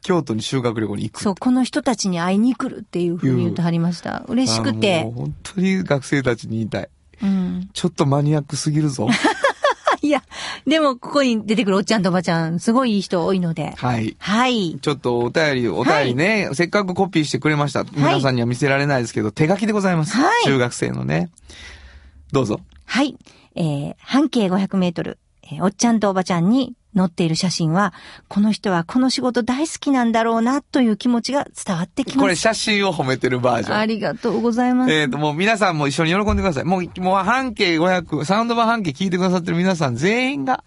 京都に修学旅行に行く。
そう、この人たちに会いに来るっていうふうに言ってはりました。嬉しく
あも
て
う。本当に学生たちに言いたい。
うん。
ちょっとマニアックすぎる ぞ。
いや、でもここに出てくるおっちゃんとおばちゃん、すごいいい人多いので。
はい。
はい。
ちょっとお便り、お便りね、せっかくコピーしてくれました。皆さんには見せられないですけど、手書きでございます。
はい
中学生のね。どうぞ。
はい。えー、半径500メートル、えーえーおっちゃんとおばちゃんに載っている写真は、この人はこの仕事大好きなんだろうなという気持ちが伝わってきます。
これ写真を褒めてるバージョン。
ありがとうございます。
えっ、と、もう皆さんも一緒に喜んでください。もう、もう半径500、サウンド版半径聞いてくださってる皆さん全員が、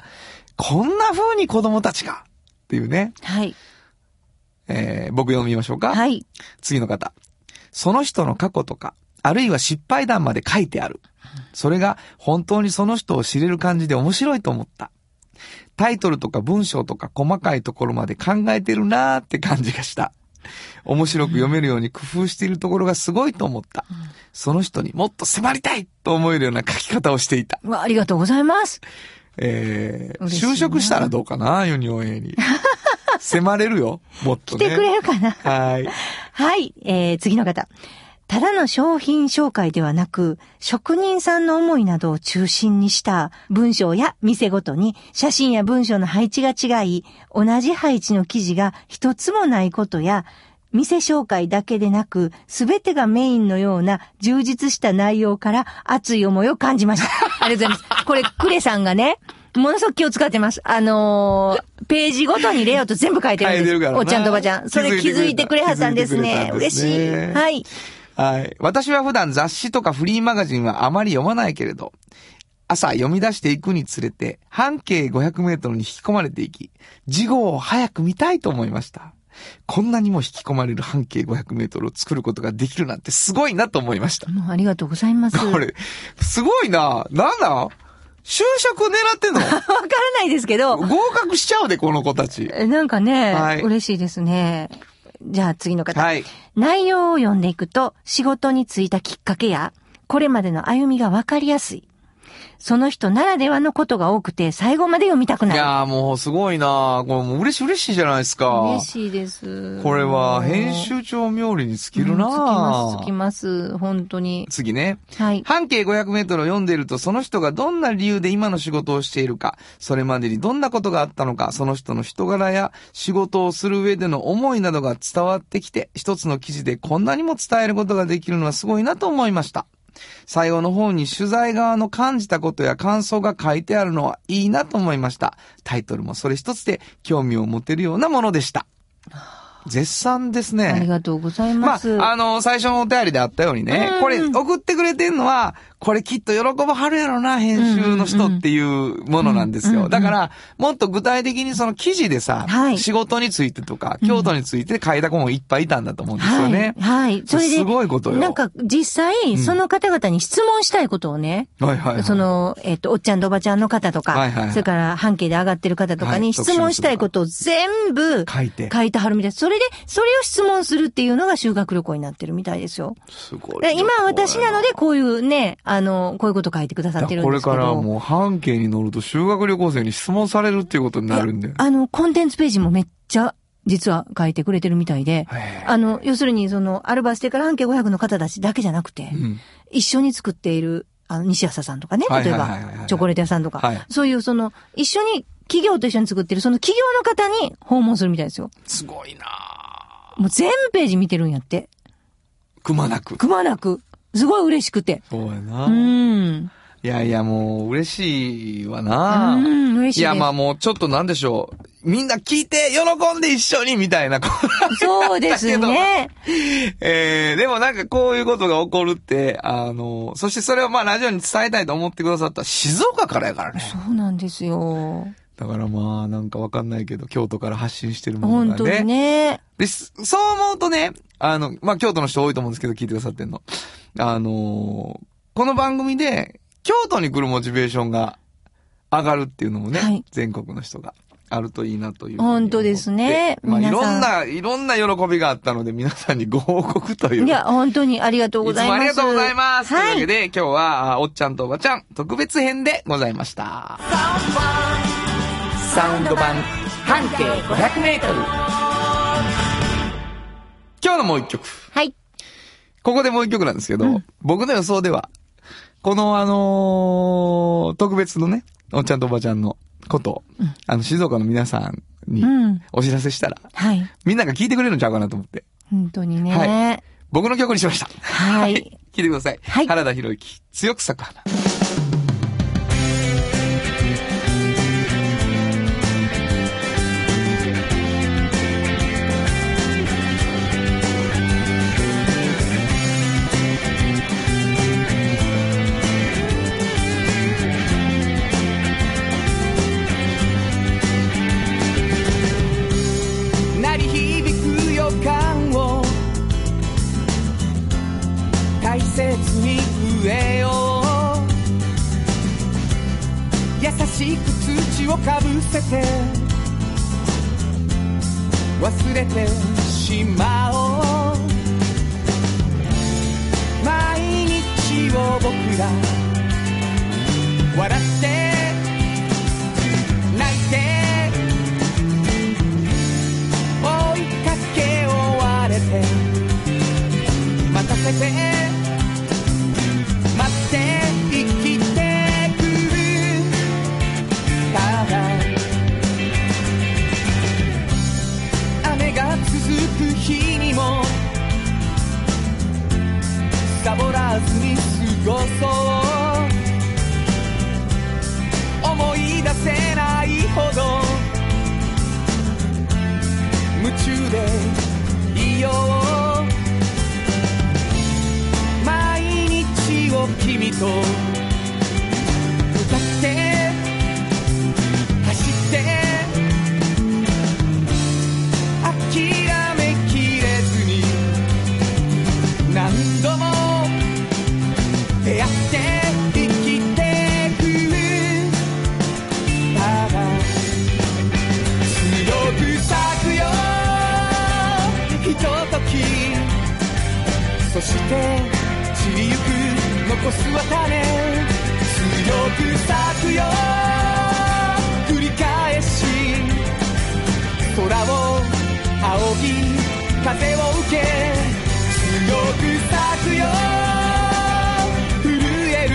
こんな風に子供たちがっていうね。
はい。
えー僕読みましょうか。
はい。
次の方。その人の過去とか、あるいは失敗談まで書いてある。それが本当にその人を知れる感じで面白いと思った。タイトルとか文章とか細かいところまで考えてるなーって感じがした。面白く読めるように工夫しているところがすごいと思った。その人にもっと迫りたいと思えるような書き方をしていた。
うわありがとうございます。
えー、
嬉しいな
就職したらどうかなユニオン A に。迫れるよ、もっと
来
ね。
てくれるかな、
はい。
はい、えー、次の方。ただの商品紹介ではなく、職人さんの思いなどを中心にした文章や店ごとに写真や文章の配置が違い、同じ配置の記事が一つもないことや、店紹介だけでなく、すべてがメインのような充実した内容から熱い思いを感じました。ありがとうございます。これ、クレさんがね、ものすごく気を使ってます。あのーページごとにレイアウト全部書いてるんです。
書いてるからな
おっちゃんとおばちゃん。それ気づいてくれはったんです
気
ね。
づいてくれたんで
嬉
す
し
ね
い。はい。
はい。私は普段雑誌とかフリーマガジンはあまり読まないけれど、朝読み出していくにつれて、半径500メートルに引き込まれていき、事後を早く見たいと思いました。こんなにも引き込まれる半径500メートルを作ることができるなんてすごいなと思いました。
もうありがとうございま す。
これ、すごいな。なんなん就職狙ってんの
わからないですけど、
合格しちゃうで、この子たち。
えなんかね、
はい
嬉しいですね。じゃあ次の方。
はい。
内容を読んでいくと、仕事に就いたきっかけや、これまでの歩みがわかりやすい。その人ならではのことが多くて、最後まで読みたく
い
なる。
やーもうすごいなこれもう嬉しい、嬉しいじゃないですか。
嬉しいです。
これは編集長冥利に尽きるな、
うんつきます、つきます。本当に。
次ね。
はい。
半径500メートルを読んでいると、その人がどんな理由で今の仕事をしているか、それまでにどんなことがあったのか、その人の人柄や仕事をする上での思いなどが伝わってきて、一つの記事でこんなにも伝えることができるのはすごいなと思いました。最後の方に取材側の感じたことや感想が書いてあるのはいいなと思いました。タイトルもそれ一つで興味を持てるようなものでした。絶賛ですね。
ありがとうござい
ま
ます。
あ、あの、最初のお便りであったようにね
う、ん
これ送ってくれてんのは、これきっと喜ばはるやろな、編集の人っていうものなんです
うんうんう
よ。
ん
だから、もっと具体的にその記事でさ
は、い
仕事についてとか、京都について書いた子もいっぱいいたんだと思うんですよね。
はい。はい。それで、
すごいことよ
なんか、実際、
ん
その方々に質問したいことをね、
はいはいはい。
その、えっ、と、おっちゃんとおばちゃんの方とか、
はいはいはい
それから半径で上がってる方とか
は
に
い
質問したいことを全部
書いて。
書いてはるみたい。それで、それを質問するっていうのが修学旅行になってるみたいですよ。
すご
で
い。
今私なので、こういうね、あの、こういうこと書いてくださって
いや
る
こ
んで
れ
すけど。
からもう半径に乗ると修学旅行生に質問されるっていうことになるんで。
あの、コンテンツページもめっちゃ、実は書いてくれてるみたいで、
へえ
あの、要するに、その、アルバステから半径500の方たちだけじゃなくて、
うん
一緒に作っている、あの、西浅さんとかね、
はい
例え
はいはいはいは
ば、
い
チョコレート屋さんとか、
はい
そういうその、一緒に、企業と一緒に作ってる、その企業の方に訪問するみたいですよ。
すごいな
もう全ページ見てるんやって。
くまなく。
くまなく。すごい嬉しくて。
そうやな
うーん。
いやいや、もう、嬉しいわ
う
な
ーん、嬉しいです。
いや、まあもう、ちょっとなんでしょう。みんな聞いて、喜んで一緒に、みたいな。こう
そうですね。
えー、でもなんかこういうことが起こるって、あの、そしてそれをまあラジオに伝えたいと思ってくださった静岡からやからね。
そうなんですよ。
だからまあ、なんかわかんないけど、京都から発信してるもの
本
が
当に
ね。
ね。
で、すそう思うとね、あの、まあ、京都の人多いと思うんですけど、聞いてくださってんの。あのーこの番組で、京都に来るモチベーションが上がるっていうのもね、
はい
全国の人があるといいなというふうに思って。
本当ですね
まあ、い
皆
ろ
さん
んな、いろんな喜びがあったので、皆さんにご報告という。
いや、本当にありがとうご
いつ
ざい
も
ます。
ありがとうございます。
は
というわけ
い。
で、今日は、あおっちゃんとおばちゃん、特別編でございました。サウンド版、半径500メートル。今日のもう一曲。
はい。
ここでもう一曲なんですけど、僕の予想では、このあのー特別のね、おっちゃんとおばちゃんのことを、あの、静岡の皆さんに
うん
お知らせしたら、
はい。
みんなが聞いてくれるんちゃうかなと思って、
本当に
は
ね。
僕の曲にしました。
はい。
聞いてください。
はい
原田博之、強く咲く花。
優しく土をかぶせて忘れてしまおう毎日を僕ら笑って泣いて追いかけ追われて待たせて待って生きてくから雨が続く日にもサボらずに過ごそう思い出せないほど夢中でいよう毎日を君と歌って走って諦めきれずに何度も出会って生きてくただ強く咲くよひとときそして散りゆく残すは種強く咲くよ繰り返し空を仰ぎ風を受け強く咲くよ震える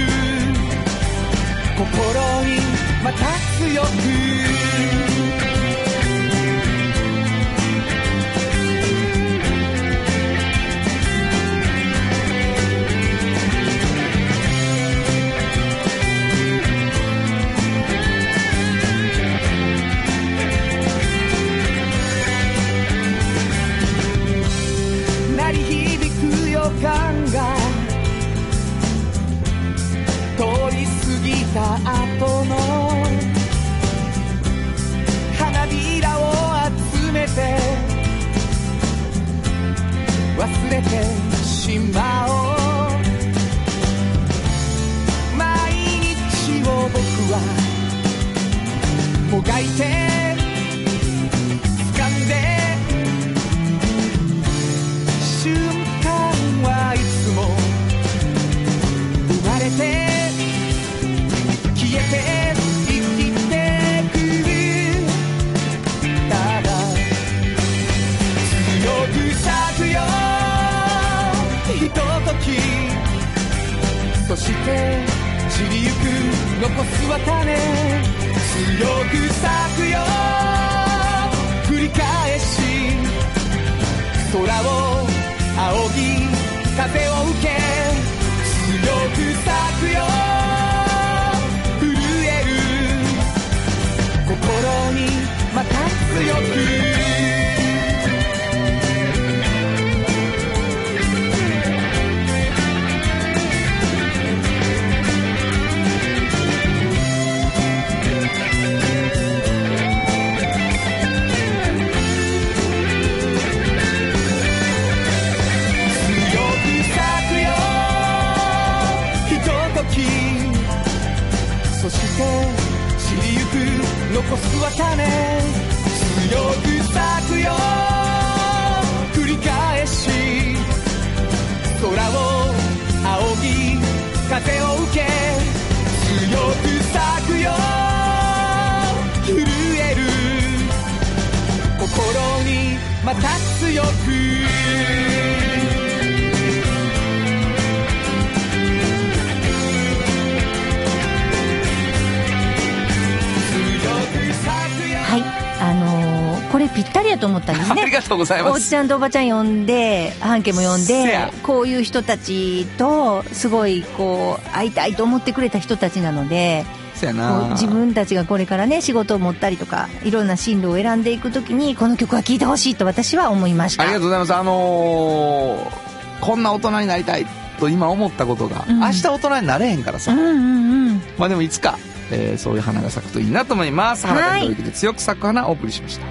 心にまた強く鳴り響く予感が通り過ぎた後の花びらを集めて忘れてしまおう毎日を僕はもがいて掴んで瞬間はいつも生まれて消えて生きてくただ強く咲くよひとときそして散りゆく残すは種強く咲くよ繰り返し空を仰ぎ風を受け強く咲くよ震える心にまた強く強く咲くよひとときそして散りゆく残すは種強く咲くよ繰り返し空を仰ぎ風を受け強く咲くよ震える心にまた強く
はい。あのーこれぴったりだと思ったんですね。
ありがとうございます
おっちゃんとおばちゃん呼んで、半家も呼ん
せ
で
や、
こういう人たちと、すごい、こう、会いたいと思ってくれた人たちなので、
そや
こ
な
う自分たちがこれからね、仕事を持ったりとか、いろんな進路を選んでいくときに、この曲は聴いてほしいと私は思いました。
ありがとうございます。あのーこんな大人になりたいと今思ったことが、
うん
明日大人になれへんからさ。
うんうんうん。
まあでもいつか、えーそういう花が咲くといいなと思います。
はい
花田裕之で強く咲く花をお送りしました。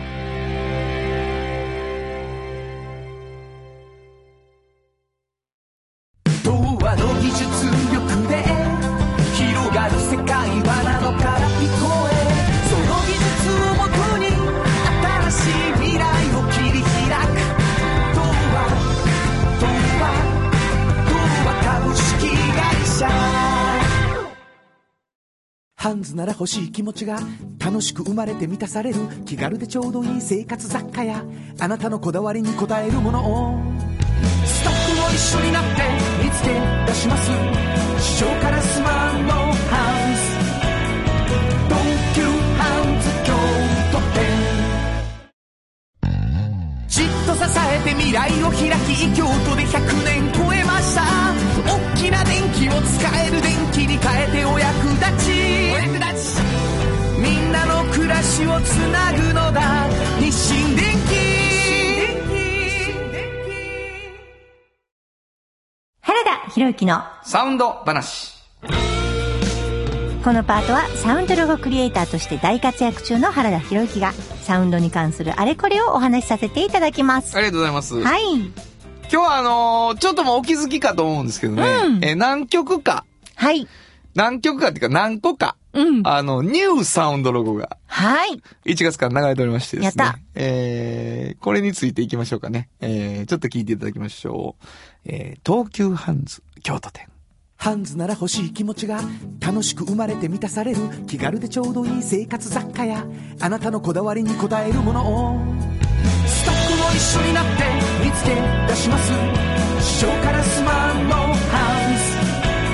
童話の技術力で広がる世界はなのから一ハンズなら欲しい気持ちが楽しく生まれて満たされる気軽でちょうどいい生活雑貨やあなたのこだわりに応えるものをスタッフも一緒になって見つけ出します市場からスマートハウス東急ハウス京都店じっと支えて未来を開き京都で100年超えました大きな電気を使える電気に変えてお役立ちみんなの暮らしをつなぐのだ日清電気
原田博之の
サウンド話。
このパートはサウンドロゴクリエイターとして大活躍中の原田博之がサウンドに関するあれこれをお話しさせていただきます。
ありがとうございます。
はい。
今日はあのーちょっともうお気づきかと思うんですけどね。
うん
えー何曲か、
はい。
何曲かっていうか何個か、
うん。
あの、ニューサウンドロゴが
はい。
1月から流れておりましてですね。
やった
えー、これについていきましょうかね。えー、ちょっと聞いていただきましょう。えー、東急ハンズ京都店。
ハンズなら欲しい気持ちが楽しく生まれて満たされる気軽でちょうどいい生活雑貨やあなたのこだわりに応えるものをスタッフも一緒になって見つけ出します市場からスマートハ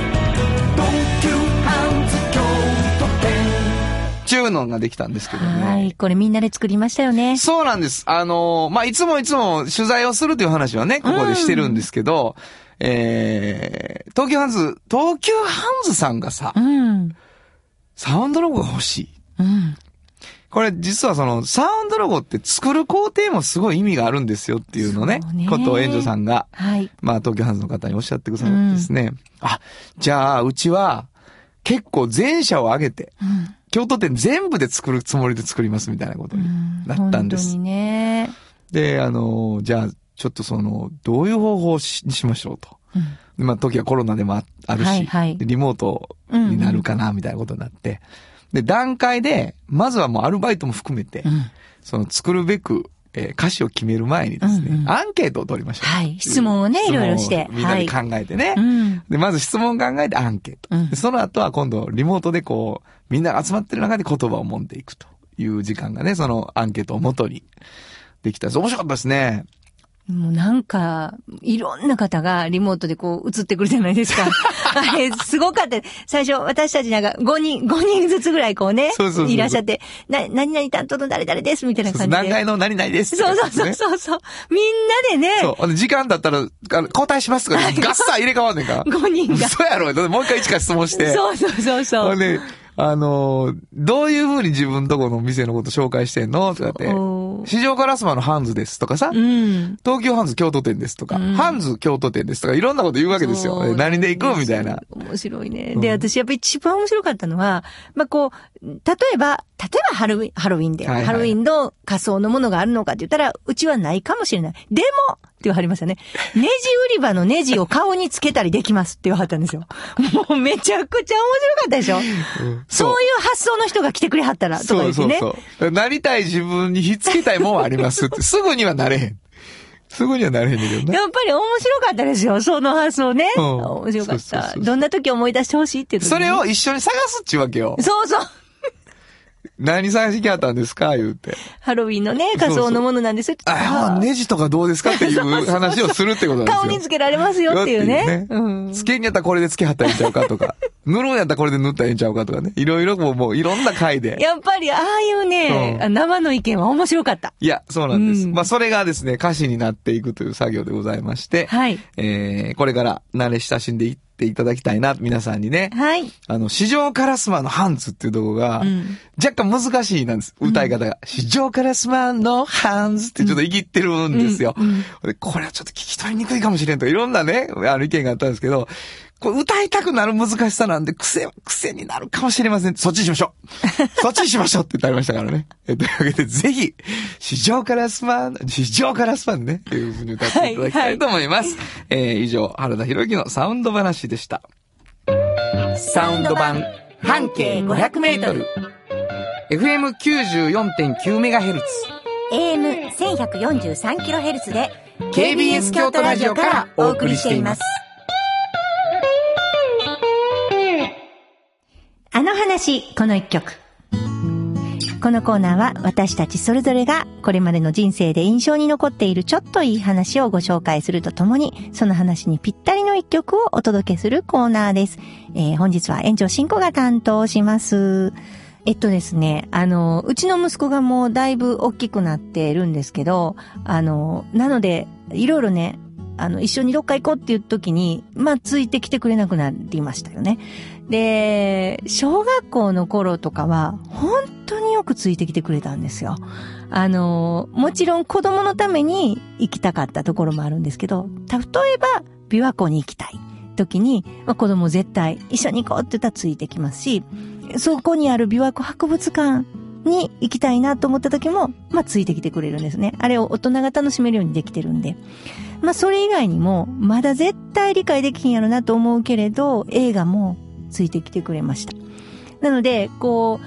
ウス東急ハウス京都店
チューノンができたんですけどね。
はい。これみんなで作りましたよね。
そうなんです。あのーまあ、いつもいつも取材をするという話はね、ここでしてるんですけど、えー、東急ハンズ、東急ハンズさんがさ、
うん。
サウンドロゴが欲しい。
うん。
これ実はその、サウンドロゴって作る工程もすごい意味があるんですよっていうのね、
そうね
ことを園長さんが、
はい。
まあ、東京ハンズの方におっしゃってくださってですね、あ、じゃあ、うちは、結構全社を挙げて、
うん。
京都店全部で作るつもりで作りますみたいなことになったんです
本当。にね。
で、あの、じゃあ、ちょっとその、どういう方法をしにしましょうと。
うん。
まあ、時はコロナでもああるし、
はいはい
リモートになるかな、みたいなことになって。で、段階で、まずはもうアルバイトも含めて、
うん。
その作るべく、えー歌詞を決める前にですね、
うんうん
アンケートを取りましょう。
はい質問をね
質問
いろいろして
みんなで考えてね。
うん。
で、まず質問考えてアンケート。
うん
でその後は今度、リモートでこう、みんなが集まってる中で言葉を揉んでいくという時間がね、そのアンケートを元にできたんです。面白かったですね。
もうなんか、いろんな方がリモートでこう映ってくるじゃな いですか。あれ、すごかった。最初、私たちなんか5人、5人ずつぐらいこうね、
そうそうそうそう
いらっしゃって、な、何々担当の誰々です、みたいな
そうそう
感
何
じで。
階の何々ですって
そ
や
う
つ
そう
です
そう
ね。
そうそう。みんなでね、
そうほんで時間だったら、あの交代しますとか、ガッサー入れ替わんねんから。
5人が。
嘘やろ。だってもう一回一から質問して。
そうそうそうそ
ほ
う。
んで、あのーどういう風に自分とこの店のこと紹介してんのとかって
そ、う
市場ガラスマのハンズですとかさ、
うん。
東京ハンズ京都店ですとか、
うん
ハンズ京都店ですとか、いろんなこと言うわけですよ。
そう
え何で行くみたいな。。
面白いね。
うん
で、私やっぱり一番面白かったのは、まあ、こう、例えば、例えばハロウィン、ハロウィンで、
はいはい
ハロウィンの仮装のものがあるのかって言ったら、うちはないかもしれない。でもって言わはりましたね。ネジ売り場のネジを顔につけたりできますって言わはったんですよ。もうめちゃくちゃ面白かったでしょそういう発想の人が来てくれはったら、とか
そ
言
う
って
そう
ね。
そう。だからなりたい自分にひっつけたいもんはあります って。すぐにはなれへん。すぐにはなれへんねんけどね。
やっぱり面白かったですよ、その発想ね。
うん
面白かっ
そうそうそう
た。
そう
どんな時思い出してほしいっていう時ね
それを一緒に探すっちゅうわけよ。
そうそう。
何探してきはったんですか言うて。
ハロウィンのね、仮想のものなんですよ。
あ、ネジとかどうですかっていう話をするってことなんですよ。
顔につけられますよっていう
よ
ね。。
っていううんつけんやったらこれでつけはったらええんちゃうかと か。塗るんやったらこれで塗ったらええんちゃうかとかね。いろいろもう、もういろんな回で。いや、
やっぱり、ああいうね、
うん
あ生の意見は面白かった。
そうなんです。
うん
まあ、それがですね、歌詞になっていくという作業でございまして。
はい
えー、これから慣れ親しんでいっていただきたいな、皆さんにね。
はい。
あの、市場カラスマのハンズっていうとこが、
うん
若干難しいなんです。歌い方が。市場カラスマのハンズってちょっといぎってるんですよ。でこれはちょっと聞き取りにくいかもしれんとか、いろんなね、あの意見があったんですけど、これ歌いたくなる難しさなんで、癖、癖になるかもしれません。そっちにしましょ う。そっちにしましょうって言ってありましたからね。えというわけで、ぜひ、市場カラスマン、市場カラスマンね、っていうふうに歌っていただきたいと思います。えー以上、原田博之のサウンド話でした。サウンド版半径500メートル FM94.9 メガヘルツ
AM1143kHz で
KBS 京都ラジオからお送りしています。
あの話、この一曲。このコーナーは私たちそれぞれがこれまでの人生で印象に残っているちょっといい話をご紹介するとともに、その話にぴったりの一曲をお届けするコーナーです。えー本日は園長進行が担当します。えっとですね、あの、うちの息子がもうだいぶ大きくなってるんですけど、あの、なので、いろいろね、あの、一緒にどっか行こうっていう時に、まあ、ついてきてくれなくなりましたよね。で、小学校の頃とかは、本当によくついてきてくれたんですよ。あの、もちろん子供のために行きたかったところもあるんですけど、例えば、琵琶湖に行きたい時に、まあ、子供絶対一緒に行こうって言ったらついてきますし、そこにある琵琶湖博物館に行きたいなと思った時も、まあ、ついてきてくれるんですね。あれを大人が楽しめるようにできてるんで。まあ、それ以外にも、まだ絶対理解できひんやろなと思うけれど、映画もついてきてくれました。なので、こ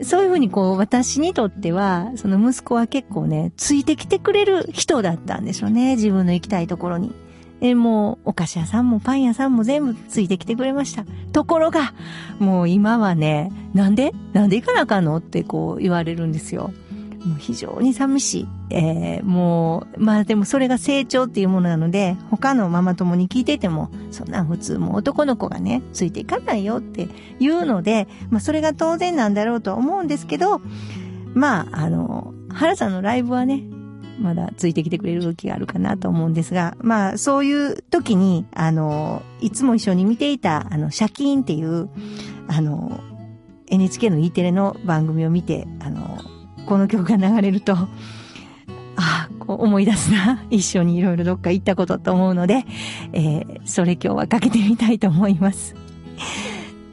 う、そういうふうにこう、私にとっては、その息子は結構ね、ついてきてくれる人だったんでしょうね。自分の行きたいところに。え、もう、お菓子屋さんもパン屋さんも全部ついてきてくれました。ところが、もう今はね、なんでなんで行かなあかんのってこう言われるんですよ。もう非常に寂しい。えーもう、まあでもそれが成長っていうものなので、他のママ友に聞いてても、そんなん普通もう男の子がね、ついていかないよっていうので、まあそれが当然なんだろうとは思うんですけど、まああの、原さんのライブはね、まだついてきてくれる時があるかなと思うんですが、まあそういう時に、あの、いつも一緒に見ていた、あの、シャキーンっていう、あの、NHK の E テレの番組を見て、あの、この曲が流れると、ああ、こう思い出すな。 一緒にいろいろどっか行ったことと思うので、えーそれ今日はかけてみたいと思います。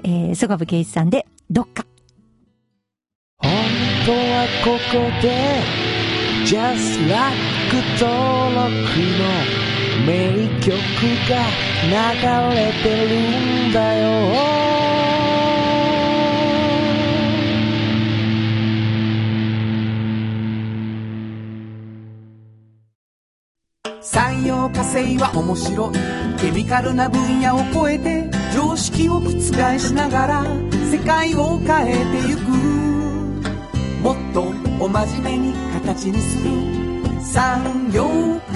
えー、曽我部圭一さんで、どっか。
本当はここで Just Like 登録の名曲が流れてるんだよ産業化成は面白いケミカルな分野を超えて常識を覆しながら世界を変えてゆくもっとお真面目に形にする産業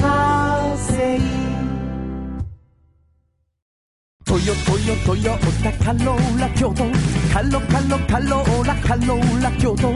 化成トヨトヨトヨタカローラ京都カロカロカローラカローラ京都京都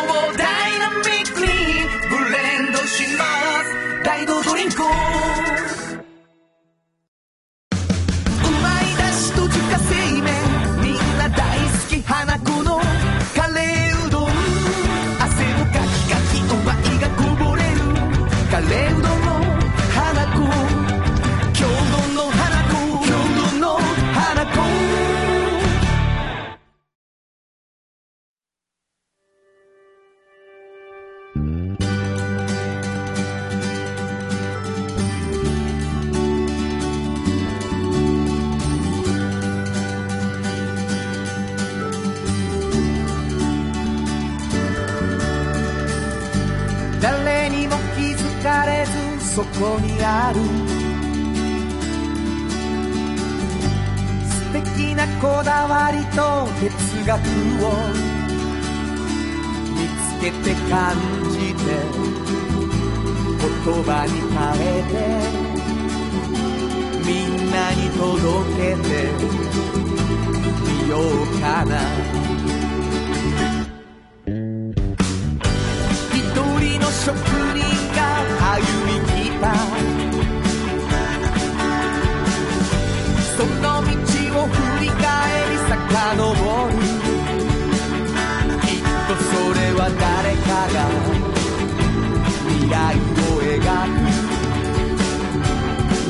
ダイナミックにブレンドします大道ドリンクをうまいだしと自家製麺みんな大好き花子のカレーうどん汗をかきかきお前がこぼれるカレーうどんの花子郷土の花子郷土の花子誰にも気づかれずそこにある素敵なこだわりと哲学を見つけて感じて言葉に変えてみんなに届けてみようかな一人の職人が歩み来たその道を振り返り遡るきっとそれは誰かが未来を描く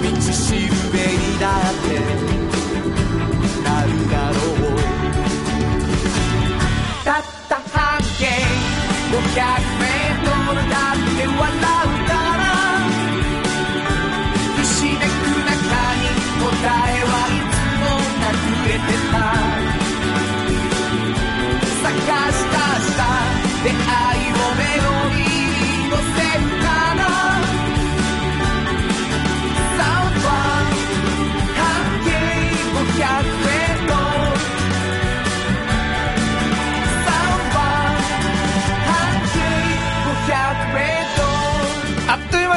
道しるべにだってなるだろうたった半径500メー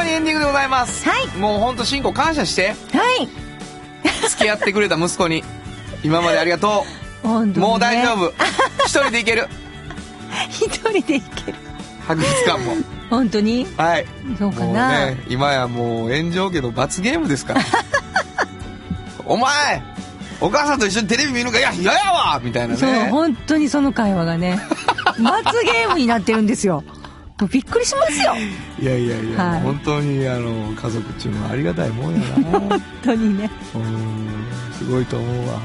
エンディングでございます。
はい
もうほんと、シンコ感謝して。
はい
付き合ってくれた息子に。 今までありがと
本当
う。
にね
もう大丈夫。一人でいける。
一人で行ける
博物館も。
本当に
はい。
そうか
もう
な、
ね、今やもう炎上家の罰ゲーム ですから。お前お母さんと一緒にテレビ見るのかいや嫌やわみたいな
そう
ね。
本当にその会話 がね罰ゲームになってるんですよもうびっくりしますよ
いやいやいや、
はい
本当にあの家族っていうのはありがたいもんやな。
本当にね
うん、すごいと思うわ。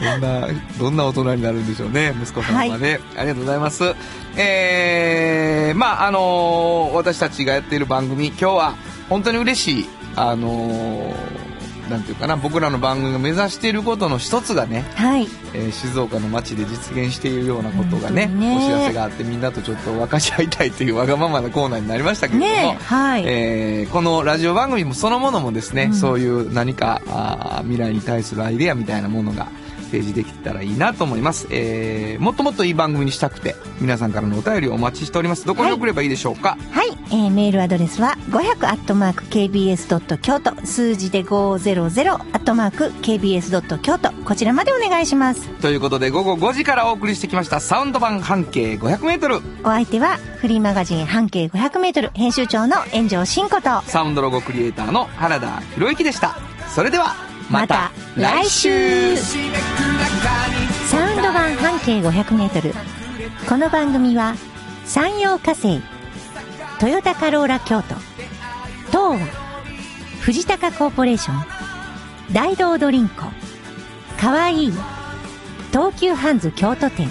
どんな、どんな大人になるんでしょうね、息子さんはね。ありがとうございます。えー、まあ、あのー私たちがやっている番組、今日は本当に嬉しい、あのーなんていうかな、僕らの番組が目指していることの一つがね、
はい
えー静岡の街で実現しているようなことがね
本当にね
お知らせがあってみんなとちょっと分かち合いたいというわがままなコーナーになりましたけれども、
ねえはい
えーこのラジオ番組もそのものもですね、
うん
そういう何かあー未来に対するアイデアみたいなものが提示できたらいいなと思います、えーもっともっといい番組にしたくて皆さんからのお便りをお待ちしておりますどこに送ればいいでしょうか、
はい、えーメールアドレスは500アットマーク KBS ドット京都数字で500アットマーク KBS ドット京都こちらまでお願いします。
ということで午後5時からお送りしてきましたサウンド版半径 500m
お相手はフリーマガジン半径500メートル編集長の炎上真子と
サウンドロゴクリエイターの原田博之でしたそれではま
ま
た
た
来
来
週
週サウンド版半径500メートルこの番組は山陽火星トヨタカローラ京都東和藤高コーポレーション大道ドリンクかわいい東急ハンズ京都店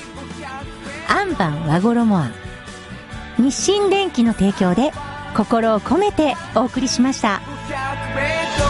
アンバン和衣庵日清電機の提供で心を込めてお送りしました。
500m